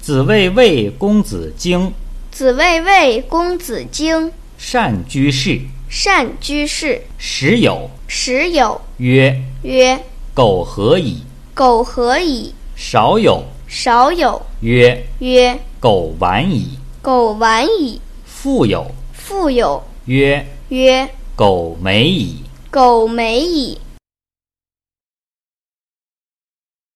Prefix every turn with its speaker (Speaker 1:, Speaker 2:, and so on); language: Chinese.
Speaker 1: 子谓魏公子荆，
Speaker 2: 子谓魏公子荆，
Speaker 1: 善居士。
Speaker 2: 善居士。
Speaker 1: 时有
Speaker 2: 时有
Speaker 1: 曰
Speaker 2: 曰：“
Speaker 1: 苟何以？
Speaker 2: 苟何以？
Speaker 1: 少有
Speaker 2: 少有。
Speaker 1: 曰
Speaker 2: 曰：
Speaker 1: 苟晚矣。
Speaker 2: 苟晚矣。
Speaker 1: 富有
Speaker 2: 富有。
Speaker 1: 曰
Speaker 2: 曰：
Speaker 1: 苟美矣。
Speaker 2: 苟美矣。”